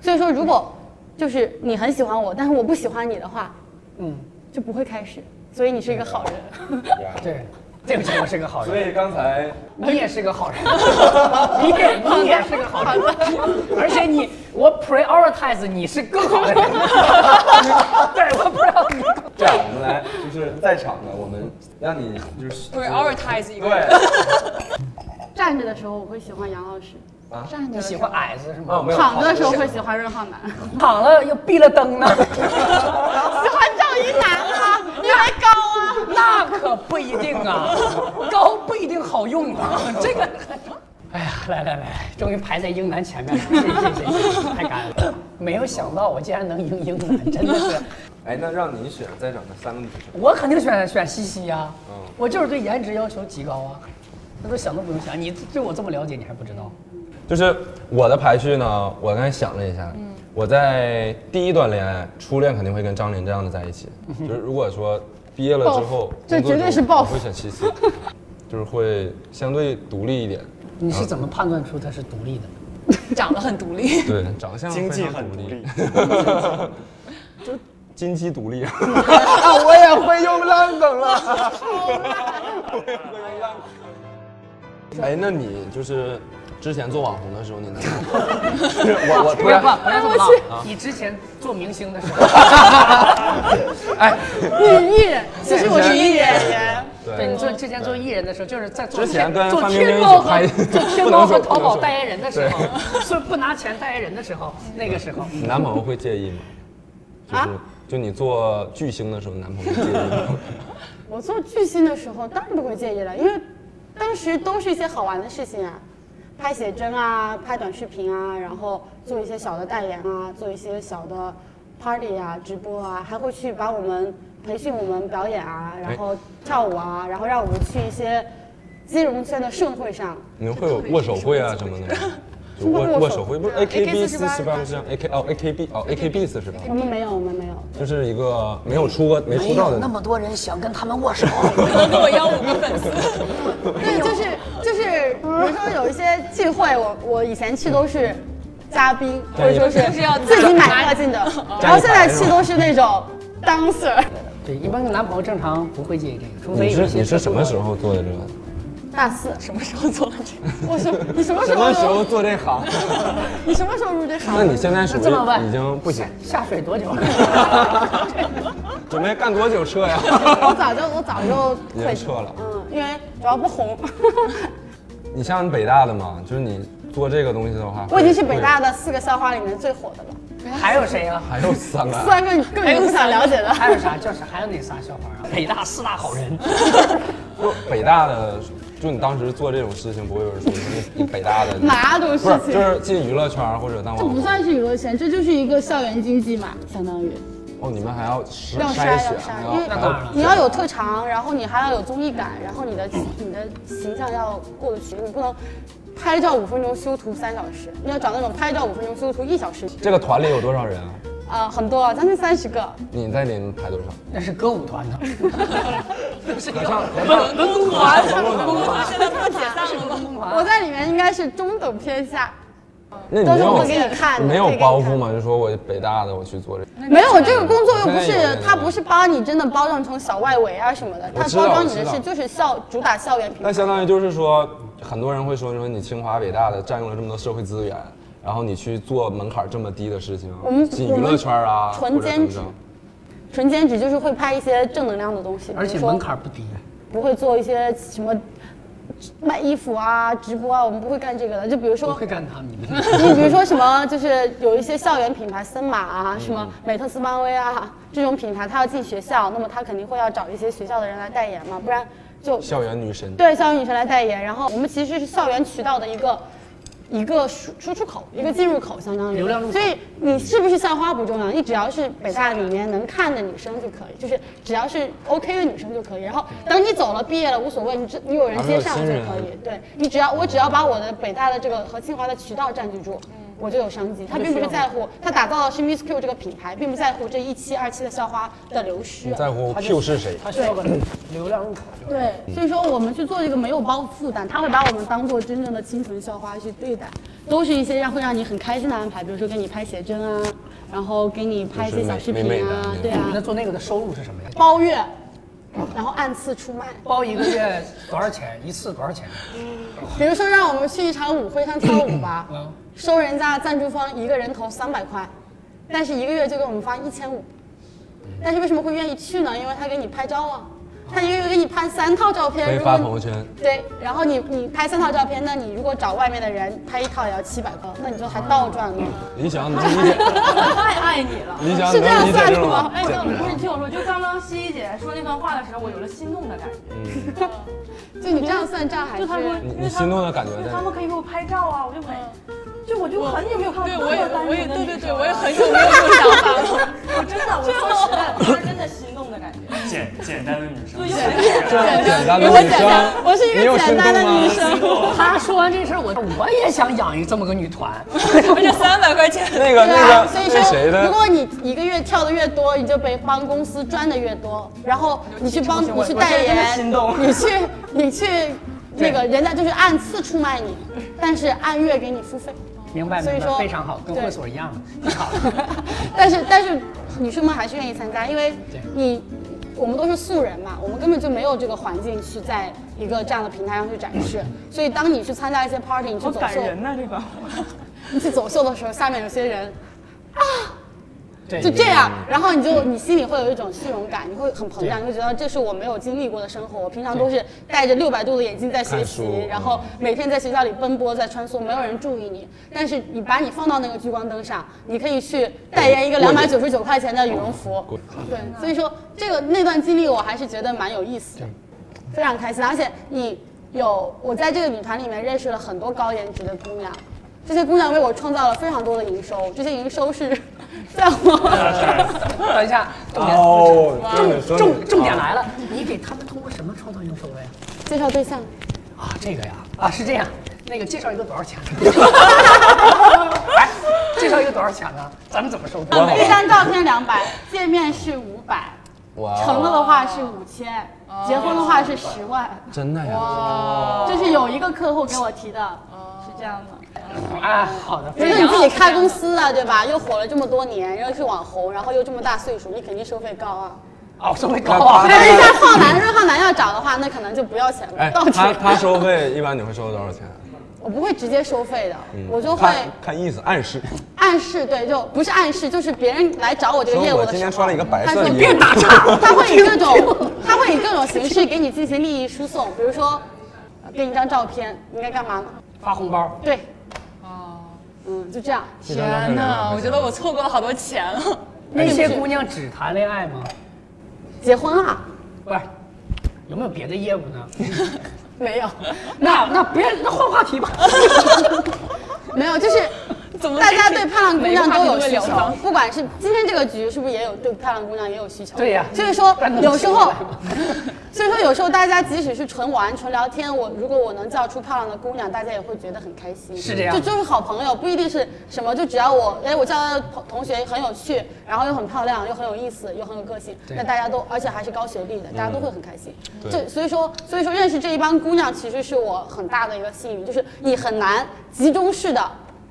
所以说，如果就是你很喜欢我，但是我不喜欢你的话，
嗯，
就不会开始。所以你是一个好人。
对，对不起，我是个好
所
人。
以刚才
你也是个好 人，你也你也是个好人，而且你我 prioritize 你是更 好的人。对，我 prioritize 你
这样，我们来就是在场的，我们让你就是
不是 prioritize 一个人。
对。
站着的时候我会喜欢杨老师，
更你喜欢矮子是吗？
啊，我没有。
躺着的时候会喜欢任浩 南，
躺了又闭了灯呢，
喜欢赵一楠啊，你还高啊。
那可不一定啊，高不一定好用啊，这个。哎呀，来来来，终于排在英男前 面了，谢谢谢谢，太感恩了！没有想到我竟然能赢英男，真的是，
哎，那让你选在场的三个女生，
我肯定选选西西呀、我就是对颜值要求极高啊，那都想都不用想，你对我这么了解，你还不知道？
就是我的排序呢，我刚才想了一下，
嗯
我在第一段恋爱，初恋肯定会跟张琳这样的在一 起，就是如果说毕业了之后，
这
工作
绝对
中
是报
我
复
会选七七，就是会相对独立一点，
你是怎么判断出他是独立的？
长得很独立。
对，长相
经济
非常
很独立，
金鸡独立， 我也会用烂梗啊了，我也会用烂梗。 哎，那你就是之前做网红的时候，你能 就是我 我突
不要
然
不要不要这么啊浪！哎你之前做明 星的时候，
哎，
你是艺人，其实我是艺人，
对你做之前做艺人的时候，就是在做
哎之前跟
做
范冰
天
冰一
猫
起
和
拍
做 天
不能
猫和
说
淘
不能
宝
说
代言人的时候，
对
是不拿钱代言人的时候，那个时候。
你男朋友会介意吗？就是、就你做巨星的时候，男朋友介意吗？
我做巨星的时候当然不会介意了，因为当时都是一些好玩的事情啊，拍写真啊，拍短视频啊，然后做一些小的代言啊，做一些小的 party 啊、直播啊，还会去把我们培训我们表演啊，然后跳舞啊，然后让我们去一些金融圈的盛会上。
你们会有握手会啊什么的吗？就
什么
握
握手
握手呃会不是 AKB 四
48
十八是 A K 哦 AKB 哦 AKB 四十八，
我们没有，我们没有。
就是一个没有出过没出道的
么多人想跟他们握手，
可能跟我要五个粉丝。
对，就是就是，比如说有一些聚会，我我以前去都是嘉宾，或者说
就是要
自己买票进的，然后现在去都是那种 dancer。
对，一般男朋友正常不会介意这个，除非
你
有一
是
些
你是什么时候做的这个？
大四
什么时候做的这
个？我说你什么时
什
候
么时候做这行？
你什么时候入这 行？
那你现在属
那这么
于
问
已经不行，
下水多久了？
准备干多久撤呀？
我早就我早就退
已经撤了
嗯，因为主要不红。
你像北大的嘛，就是你做这个东西的话，
我已经是北大的四个校花里面最火的了，
还有谁啊？
还有三个，
虽然说你根本就不想了解的。
还有啥？就是还有哪仨校花啊？北大四大好人，
不，北大的，就你当时做这种事情，不会有人说你你北大 的
哪种事情
不是，就是进娱乐圈儿或者当
这
网
不
红。
算是娱乐圈，这就是一个校园经济嘛，相当于。
哦，你们还要筛
要
筛
筛
选啊还
要，筛，
要
因为
还要
你要有特长，然后你还要有综艺感，然后你的你的形象要过得去，你不能拍照五分钟修图三小时，你要找那种拍照五分钟修图一小时，
这个团里有多少人啊？
啊，很多，将近三十个。
你在里面排多少？
那是歌舞团呢。
合唱合唱
文文工团，
文工团
现在不是解散了吗？
我在里面应该是中等偏下，
那你
都
没
是
有
我给你看的，
没
可
有
以给你
包
看
袱吗？就说我北大的，我去做这个。
没有，这个工作又不
现在有
是
点
他不是把你真的包装成小外围啊什么的，
我
他
知道
包装你的
我知
是
道
就是校主打校园品
那
牌。
相当于就是说，很多人会说，你说你清华北大的占用了这么多社会资源，然后你去做门槛这么低的事情
我们，
进
我
娱
们
乐圈儿啊，
纯
或者怎么
兼职
着
纯兼职就是会拍一些正能量的东西，比
而
如
且
说
门槛不低。
不会做一些什么卖衣服啊、直播啊，我们不会干这个的。就比如
不
说，
会干他们。
你比如说什么，就是有一些校园品牌，森马啊，什么美特斯邦威啊这种品牌，它要进学校，那么它肯定会要找一些学校的人来代言嘛，不然就
校园女神。
对校园女神来代言。然后我们其实是校园渠道的一个。一个输输出口，一个进入口，相当于
流量入口
所以你是不是校花不重要，你只要是北大里面能看的女生就可以，就是只要是 OK 的女生就可以。然后等你走了，毕业了无所谓，你只你有人接上就可以。对你只要我只要把我的北大的这个和清华的渠道占据住，我就有商机。他并不是在乎，他打造的是 Miss Q 这个品牌，并不在乎这一期、二期的校花的流失
你。在乎 Q 是谁？
他需要个流量入口。
对，所以说我们去做这个没有包袱负担，他会把我们当做真正的清纯校花去对待，都是一些让会让你很开心的安排，比如说给你拍写真啊，然后给你拍一些小视频
就是美美美
啊
的，
对啊，
那做那个的收入是什么呀？
包月，然后按次出卖。
包一个月多少钱？一次多少钱？
比如说让我们去一场舞会上跳舞吧
嗯，
收人家赞助方一个人头三百块，但是一个月就给我们发一千五，但是为什么会愿意去呢？因为他给你拍照啊，他一个月给你拍三套照片，
可以
如果
发
你
朋友圈。
对，然后你你拍三套照片，那你如果找外面的人拍一套也要七百块，那你就还倒赚了。
李想，你能理解？
太爱你了。
李想，
是
你
这样
能理解
算
这
的
种
吗
吗？
哎，邓，不是，你听我说，就刚刚西西姐说那段话的时候，我有了心动的感觉。
就你这样算账还是
就？她说，
你
因
你
为他
心动的感觉
因为
在
他
哪
们？可以给我拍照啊，我就没，就我就很久没有看过
对，
这
嗯我也
么单
我也
纯
对
的女
对
生
对，
了
我也很久没有这种想法了。
我真的，我说实在， 我是真的心动的感觉。
简简单的女生。
对，就很
这样简单的
我
女
简单，
生，
我是一
你有
个
心
简
动
单的
吗
女生。
他说完这事儿，我我也想养一这么个女团。
而且三百块钱，
那个
对
那
啊，所以
个那谁
说，如
的？
果你一个月跳的越多，你就被帮公司赚的越多，然后你去帮你去代言，你去你去那个人家就是按次出卖你，但是按月给你付费。
明白
所以
明
说
白，非常好，跟
对
会所一样的。 你好了，
但是但是女生们还是愿意参加，因为你我们都是素人嘛，我们根本就没有这个环境去在一个这样的平台上去展示。所以当你去参加一些 party，你去
好
走
感啊
秀，
人呐、这个。
你去走秀的时候，下面有些人啊，
对
就这样，然后你就
嗯
你心里会有一种虚荣感，你会很膨胀，你会觉得这是我没有经历过的生活，我平常都是戴着六百度的眼镜在学习
看书，嗯
然后每天在学校里奔波在穿梭，没有人注意你，但是你把你放到那个聚光灯上，你可以去代言一个两百九十九块钱的羽绒服，对，所以说这个那段经历我还是觉得蛮有意思的，非常开心。而且你有我在这个女团里面认识了很多高颜值的姑娘，这些姑娘为我创造了非常多的营收，这些营收是 在 我
等一下，重点
哦
重
这么说哦
重重点来了，你给他们通过什么创造营收的呀？
介绍对象。
啊，这个呀，啊是这样，那个介绍一个多少钱？ 哎，介绍一个多少钱呢？咱们怎么收费？
这张照片两百，见面是五百，
哇哦
成了的话是五千，结婚的话是十万，
真的呀？
这是有一个客户给我提的，是这样的。
哎，好的，
觉得你自己开公司啊，对吧？又火了这么多年，又是网红，然后又这么大岁数，你肯定收费高啊。
哦，收费高啊！
但是像浩南，让浩南要找的话，那可能就不要钱了。
哎，
到底
他他收费一般你会收多少钱？
我不会直接收费的，
嗯
我就会
看看意思暗示。
暗示，对，就不是暗示，就是别人来找我这个
说
业务
我
的时候，
今天穿了一个白
他
色的
说
衣服，别打岔。
他会以各种，他会以各种形式给你进行利益输送，比如说，呃给你一张照片，你应该干嘛呢？
发红包。
对，哦，嗯，就这样。
天哪，我觉得我错过了好多钱了。
哎
那些姑娘只谈恋爱吗？
结婚啊？
不是，有没有别的业务呢？
没有，
那那别那换话题吧。
没 有，就是
怎么
大家对漂亮姑娘都有需
每个话题都会聊
求
到，
不管是今天这个局，是不是也有对漂亮姑娘也有需求？
对呀
所以说
不然能
有时
奇
候
怪吗，
所以说有时候大家即使是纯玩、纯聊天，我如果我能叫出漂亮的姑娘，大家也会觉得很开心。
是这样
就就是好朋友，不一定是什么，就只要我哎，我叫她的同学很有趣，然后又很漂亮，又很有意思，又很有个性，
对
那大家都而且还是高学历的，大家都会很开心。
嗯对
这所以说，所以说认识这一帮姑娘，其实是我很大的一个幸运，就是你很难集中式的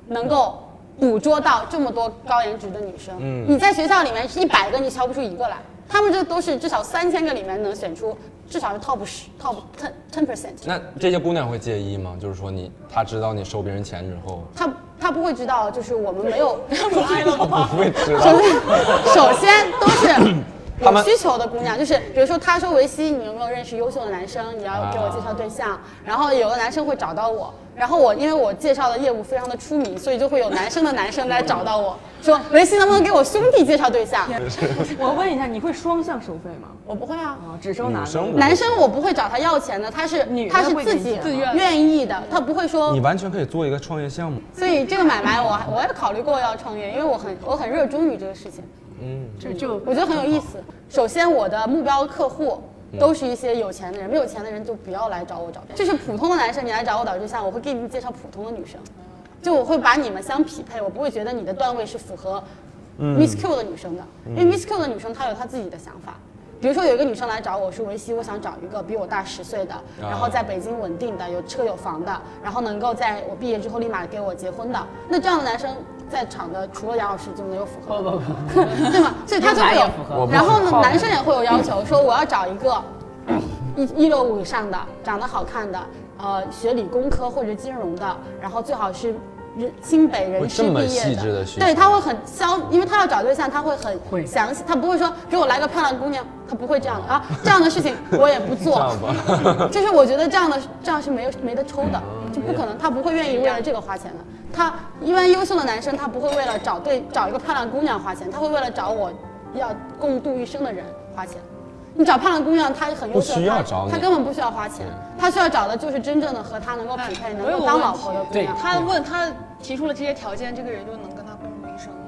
能够捕捉到这么多高颜值的女生。
嗯
你在学校里面是一百个，你挑不出一个来，她们这都是至少三千个里面能选出至少是 top 十、top ten ten percent。
那这些姑娘会介意吗？就是说你他知道你收别人钱之后，
她她不会知道，就是我们没有，不爱了
不会知 道。
首先，首先都 是
他们
有需求的姑娘，就是比如说她说维 C，你有没有认识优秀的男生？你要给我介绍对象。然后有的男生会找到我，然后我因为我介绍的业务非常的出名，所以就会有男生的男生来找到我说维 C 能不能给我兄弟介绍对象？
我问一下，你会双向收费吗？
我不会啊。
啊，只收男
女
的。
生，
男生我不会找他要钱的，他是
女的
他是
会给
自
你
己
钱吗
自愿愿意的，他不会说
你完全可以做一个创业项目。
所以这个买卖我还我也考虑过要创业，因为我很我很热衷于这个事情。
嗯，
就就我觉得很有意思。首先，我的目标客户都是一些有钱的人，没有钱的人就不要来找我找对象。就是普通的男生，你来找我找对象，我会给你们介绍普通的女生，就我会把你们相匹配，我不会觉得你的段位是符合 Miss Q 的女生的，因为 Miss Q 的女生她有她自己的想法。比如说有一个女生来找我说维西，我想找一个比我大十岁的，然后在北京稳定的，有车有房的，然后能够在我毕业之后立马给我结婚的。那这样的男生在场的除了杨老师就没有符合
不
的。
不不，
对吗？所以他就会
哪也符合我
有，
不
然后
符合
呢，男生也会有要求，说我要找一个一一六五以上的，长得好看的，呃，学理工科或者金融的，然后最好是人新北人师
会这么
毕业
细致地需求
对，他会很消，因为他要找对象，他会
会
很详细，他不会说给我来个漂亮姑娘，他不会这样的啊，这样的事情我也不
这
做
样，吧。
就是我觉得这样的这样是没有没得抽的，就不可能，他不会愿意为了这个花钱的。他一般优秀的男生，他不会为了找对找一个漂亮姑娘花钱，他会为了找我要共度一生的人花钱。你找漂亮姑娘，她很优秀，
不需要
她
找你嗯
她根本不需要花钱，她需要找的就是真正的和她能够匹配、
嗯我有个
能够当老婆的姑
对
娘。
他问他提出了这些条件，这个人就能跟他共度一生吗？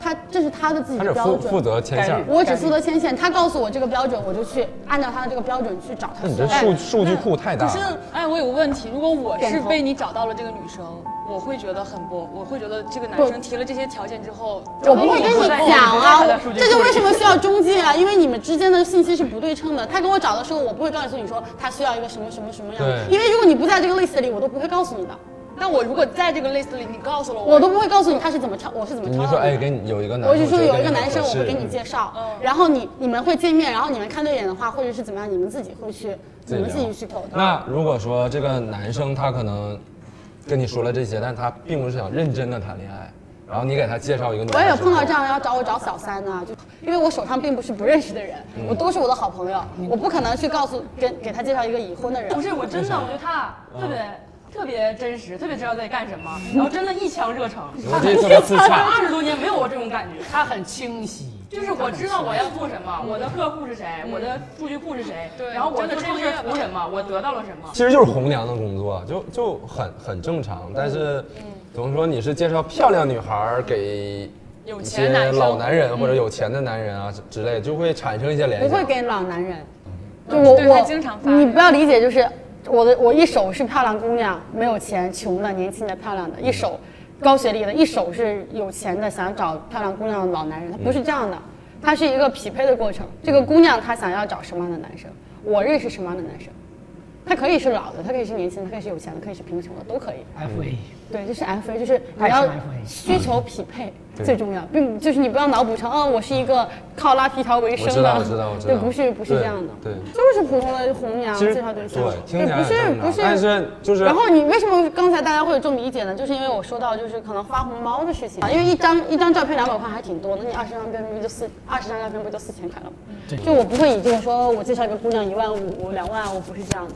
她这是她的自己
他
的
只
标
负负
准。
责牵线儿。
我只负责牵线，她告诉我这个标准，我就去按照她的这个标准去找她
那你这
需要的。
数数据库太大
可是
了。，
哎，我有个问题，如果我是
点头
被你找到了这个女生，我会觉得很不，我会觉得这个男
不
生提了这些条件之后，
我不会跟你讲啊，我这就为什么需要中介啊，因为你们之间的信息是不对称的。他给我找的时候，我不会告诉你说他需要一个什么什么什么样的，
对
因为如果你不在这个 list 里，我都不会告诉你的，
那我如果在这个 list 里，你告诉了我，
我都不会告诉你他是怎么挑，我是怎么
你
挑
就说
到
哎，
你的。
给你有一个男，
我就说
觉得
有一个
你嗯
男生，
合
我
适
会给你介绍，然后你你们会见面，然后你们看对眼的话，或者是怎么样，你们自己会去，
自己
你们
聊
自己去口头。
那如果说这个男生他可能跟你说了这些，但他并不是想认真的谈恋爱，然后你给他介绍一个女
我
孩
也
之后，
有碰到这样要找我找小三呢，就因为我手上并不是不认识的人，
嗯
我都是我的好朋友，我不可能去告诉跟给他介绍一个已婚的人。
不是，我真的，我觉得他特别。特别真实，特别知道自己干什么，然后真的一腔热诚。
我这特别自洽
他二十多年没有我这种感觉，
他很清晰，
就是我知道我要做什么，我的客户是谁，我的数据库是谁，然后我做这件事图什么，我得到了什么。
其实就是红娘的工作，就就很很正常。
嗯
但是，怎么说？你是介绍漂亮女孩儿给
有
一
钱
些
男生
老男人
嗯
或者有钱的男人啊之之类，就会产生一些联
不
想
会。给老男人，就我
对他
我
经常发
你不要理解，就是我的我一手是漂亮姑娘，没有钱，穷的年轻的漂亮的，一手高学历的，一手是有钱的想找漂亮姑娘的老男
嗯
人，他不是这样的，他是一个匹配的过程。这个姑娘她想要找什么样的男生，我认识什么样的男生，他可以是老的，他可以是年轻的，他可以是有钱的，可以是贫穷的，都可以。
FA
对，就是 F A，就是你
爱情
要
FA
需求匹配
对
最重要，并就是你不要脑补成哦，我是一个靠拉皮条为
我
生的，
知道，我知道，我知道。
对，不是不是这样的，
对。对
就是普通的红娘
其实
介绍对象，哎
对听起来
不是
很正常
不是，
但是就是
然后你为什么刚才大家会有这种理解呢？就是因为我说到就是可能发红包的事情啊，因为一张一张照片两百块还挺多的，那你二十张照片不就四二十张照片不就四千块了吗？
对
就我不会以这种说我介绍一个姑娘一万五两万，我不是这样的。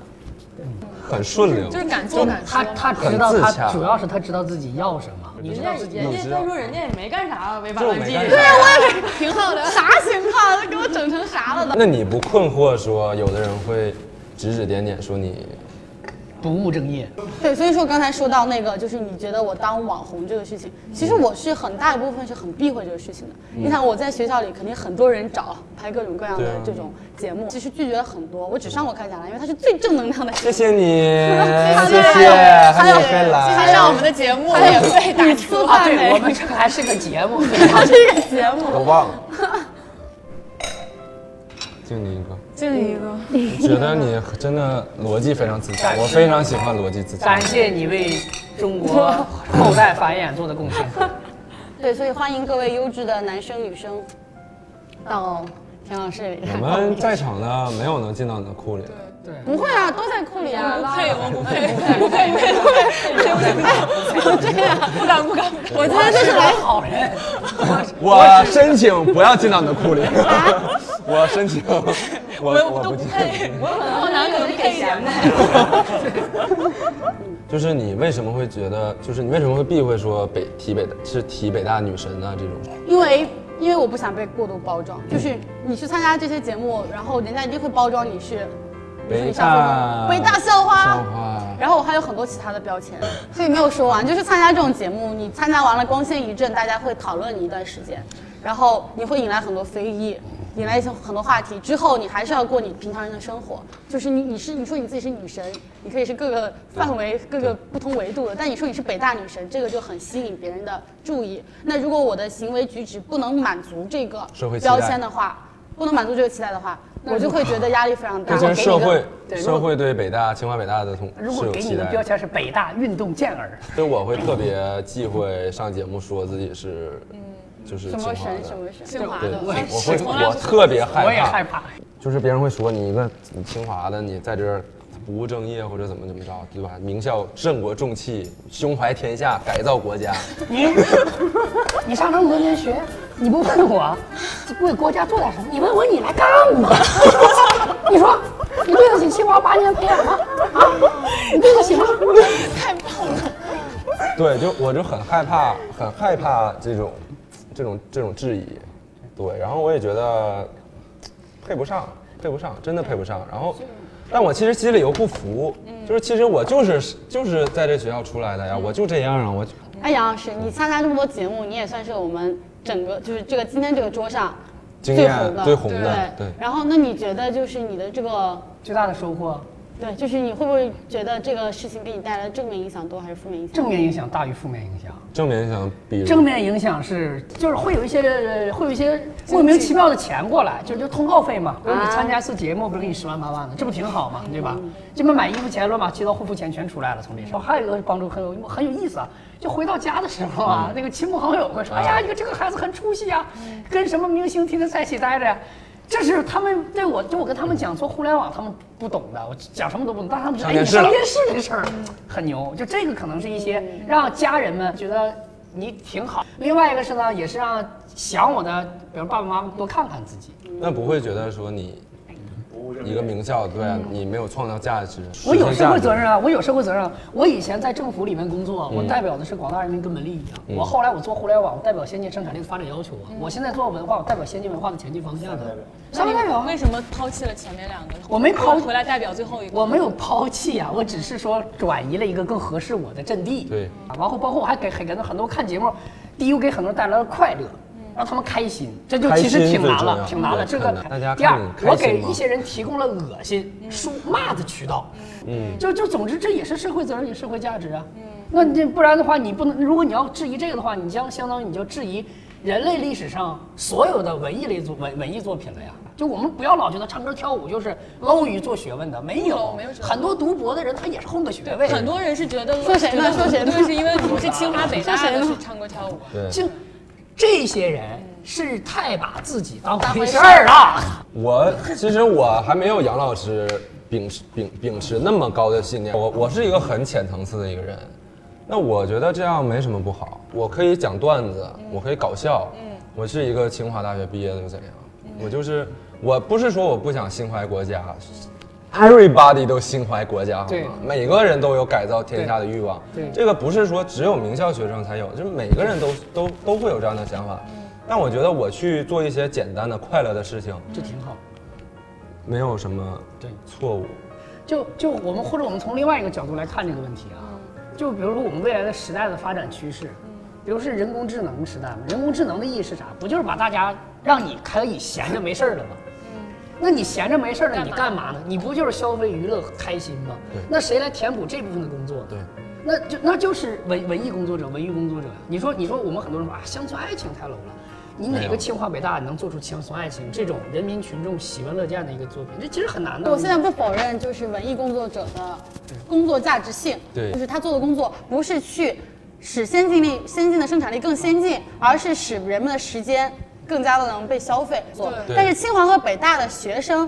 很顺溜，
就是敢
就
做敢说
他
嘛
他知道他主要是他知道自己要什么，你
人
知
家
道自己
人家再说人家也没干啥违法
就
乱
没
纪，
干啥对
我也
挺好的。
啥情况？他给我整成啥了都？
那你不困惑说有的人会指指点点说你
不务正业？
对，所以说刚才说到那个，就是你觉得我当网红这个事情，其实我是很大一部分是很避讳这个事情的。
嗯
你想我在学校里肯定很多人找拍各种各样的
对啊
这种节目，其实拒绝了很多。我只上过开讲了，因为它是最正能量的。
谢谢你，
还有
谢谢，
还有
你飞来，
还有我们的节目还有被打出
啊，
范围
对我们这个还是个节目，
它是一个节目。
我忘了，就你一个。
这一个，
我觉得你真的逻辑非常自洽，
感谢
我非常喜欢逻辑自洽
感。谢你为 中国后代繁衍做的贡献。
对，所以欢迎各位优质的男生女生嗯到田老师里来
我。们在场的没有能进到你的库里，
不会啊，都在库里啊。不配，
我
不
配，
不配，不配，不配，不配，这样
不敢不敢，
我今天就是来
好人。
我申请不要进到你的 库里，我申请，我我不进。
我可能男可能配一点
就是你为什么会觉得，就是你为什么会避讳说北提北大是提北大女神啊这种？
因为因为我不想被过度包装，就是你去参加这些节目，然后人家一定会包装你是
北大
北大校花
校花
然后我还有很多其他的标签，所以没有说完。就是参加这种节目，你参加完了光鲜一阵，大家会讨论你一段时间，然后你会引来很多非议，引来一些很多话题。之后你还是要过你平常人的生活，就是你你是你说你自己是女神，你可以是各个范围、各个不同维度的，但你说你是北大女神，这个就很吸引别人的注意。那如果我的行为举止不能满足这个
社会期待
标签的话，不能满足这个期待的话，
那
我就
如
会
果
觉得压力非常大。
之前社会
对如果
社会对北大清华北大的同
如
是
果
有
给
期
你的
待
标签是北大运动健儿，
所以我会特别忌讳上节目说自己是，就是清华的
神
清华
对，
的，
我
是从来
会我
不
特别害怕，
我也害怕，
就是别人会说你一个你清华的，你在这儿不务正业或者怎么怎么着，对吧？名校振国重器，胸怀天下，改造国家。
你你上这么多年学，你不问我为国家做点什么，你问我你来干嘛？ 你说你对得起清华八年培养吗？啊，你对得起吗？ 太棒了！
对，就我就很害怕，很害怕这种这种这种质疑。对，然后我也觉得配不上，配不上，真的配不上。然后，但我其实心里又不服，就是其实我就是就是在这学校出来的呀，我就这样啊，我就
哎，杨老师，你参加这么多节目，你也算是我们整个就是这个今天这个桌上
经
最
验
红的，
最红的，对。
然后，那你觉得就是你的这个
最大的收获？
对，就是你会不会觉得这个事情给你带来的正面影响多还是负面影响？
正面影响大于负面影响。
正面影响，比如
正面影响是，就是会有一些呃会有一些莫名其妙的钱过来，就是就通告费嘛。比如你参加一次节目，不是给你十万八万的，这不挺好嘛，对吧？这边买衣服钱、乱码七糟护肤钱全出来了，从这上。还有一个帮助很有很有意思啊，就回到家的时候
嗯
啊，那个亲朋好友会说：“哎呀，你看这个孩子很出息啊，跟什么明星天天在一起待着呀。”这是他们对我，就我跟他们讲说互联网，他们不懂的，我讲什么都不懂，但他们知道
上
哎，
电视了
你上嗯电视这事儿很牛。就这个可能是一些让家人们觉得你挺好。另外一个是呢，也是让想我的，比如爸爸妈妈多看看自己。
那不会觉得说你
哎
一个名校，对啊，你没有创造价值，
嗯我有
实现
社
价
会
值
责任啊，我有社会责任啊。我以前在政府里面工作，
嗯
我代表的是广大人民跟本利益啊。
嗯
我后来我做互联网，我代表先进生产力的发展要求啊。我现在做文化，我代表先进文化的前进方向啊。
那你为什么抛弃了前面两个？
我没抛
回来代表最后一个。
我没有抛弃啊，我只是说转移了一个更合适我的阵地。
对，
啊然后包括我还给很多很多看节目，第一我给很多人带来了快乐，
嗯
让他们开心，这就其实挺难了，挺难了。这个第二，我给一些人提供了恶心、
嗯
输骂的渠道，
嗯，
就就总之这也是社会责任与社会价值啊。那你这不然的话，你不能，如果你要质疑这个的话，你将相当于你就质疑人类历史上所有的文艺类作文文艺作品了呀。就我们不要老觉得唱歌跳舞就是捞于做学问的，没有，
没有这个
很多读博的人他也是混个学位。
很多人是觉得
说谁
觉
呢
得
说谁呢
对，是因为我是清华北大
说谁
的，
呢
是唱歌跳舞。
对
就这些人是太把自己当
当
回
回
事
事
儿
儿
了。
我其实我还没有杨老师秉持秉秉持那么高的信念，我我是一个很浅层次的一个人，那我觉得这样没什么不好，我可以讲段子，
嗯
我可以搞笑，我是一个清华大学毕业的又怎样？
嗯
我就是我不是说我不想心怀国家。Everybody 都心怀国家，好
嗯对
吗？每个人都有改造天下的欲望。
对对
这个不是说只有名校学生才有，就是每个人都都都会有这样的想法。
嗯
但我觉得我去做一些简单的、快乐的事情，
这挺好。
没有什么对错误。
就就我们或者我们从另外一个角度来看这个问题啊，就比如说我们未来的时代的发展趋势，比如是人工智能时代嘛，人工智能的意义是啥？不就是把大家让你可以闲着没事儿了吗？那你闲着没事儿了，你嗯干嘛呢？你不就是消费娱乐开心吗
对？
那谁来填补这部分的工作？
对，
那就那就是文文艺工作者，文艺工作者。你说你说我们很多人说啊，乡村爱情太 low 了。你
没
哪
有
个清华北大能做出乡村爱情这种人民群众喜闻乐见的一个作品？这其实很难的。
我现在不否认，就是文艺工作者的工作价值性，
对
就是他做的工作不是去使先进力、先进的生产力更先进，而是使人们的时间更加的能被消费做
对。
但是清华和北大的学生，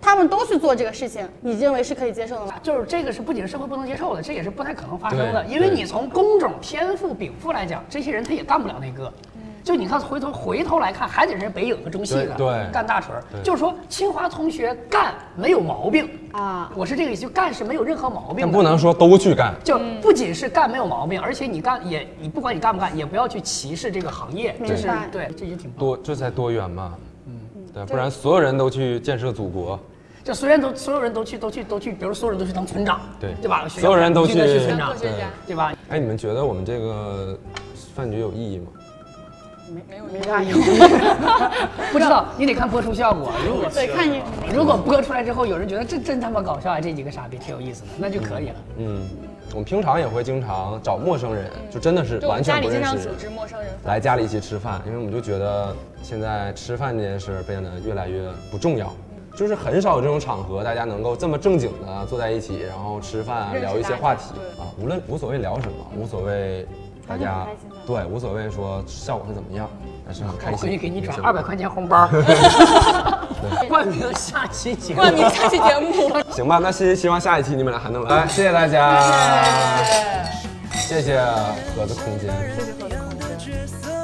他们都去做这个事情，你认为是可以接受的吗？
就是这个是不仅是社会不能接受的，这也是不太可能发生的，
对
因为
对
你从工种、天赋、禀赋来讲，这些人他也干不了那个。
嗯
就你看，回头回头来看，还得是北影和中戏的
对对
干大锤儿
对
就是说，清华同学干没有毛病
啊，
我是这个意思，就干是没有任何毛病
但
的。
不能说都去干。
就不仅是干没有毛病，而且你干也，你不管你干不干，也不要去歧视这个行业，
明
这是
白
对，这也挺。
多，这才多元嘛。嗯，对，不然所有人都去建设祖国，
就虽然都所有人都去都去都去，比如所有人都去当村长，
对
对吧？
所有人都去
学校是村长，
对对
对吧？
哎，你们觉得我们这个饭局有意义吗？
没有没啥用。
不知道，你得看播出效果。 如果
对看你
如果播出来之后，有人觉得这真他妈搞笑啊，这几个傻逼挺有意思的，那就可以了。
嗯，我们平常也会经常找陌生人，就真的是
就我
完
们家
全
里
不
经
认
常
识
组
的
织
人
陌生人
来家里一起吃饭，因为我们就觉得现在吃饭这件事儿变得越来越不重要。就是很少有这种场合，大家能够这么正经的坐在一起，然后吃饭啊，
认识
聊一些
大家
话题
对
啊，无论无所谓聊什么，无所谓大家
还是很开心的
对无所谓说效果是怎么样，但是很开
我
心。
回去给你转
没事
二百块钱红 包，冠名下期节目，
冠名下期节
目。
行吧，那希希望下一期你们俩还能 来，谢谢大家，谢谢盒子空间。
这是很空间。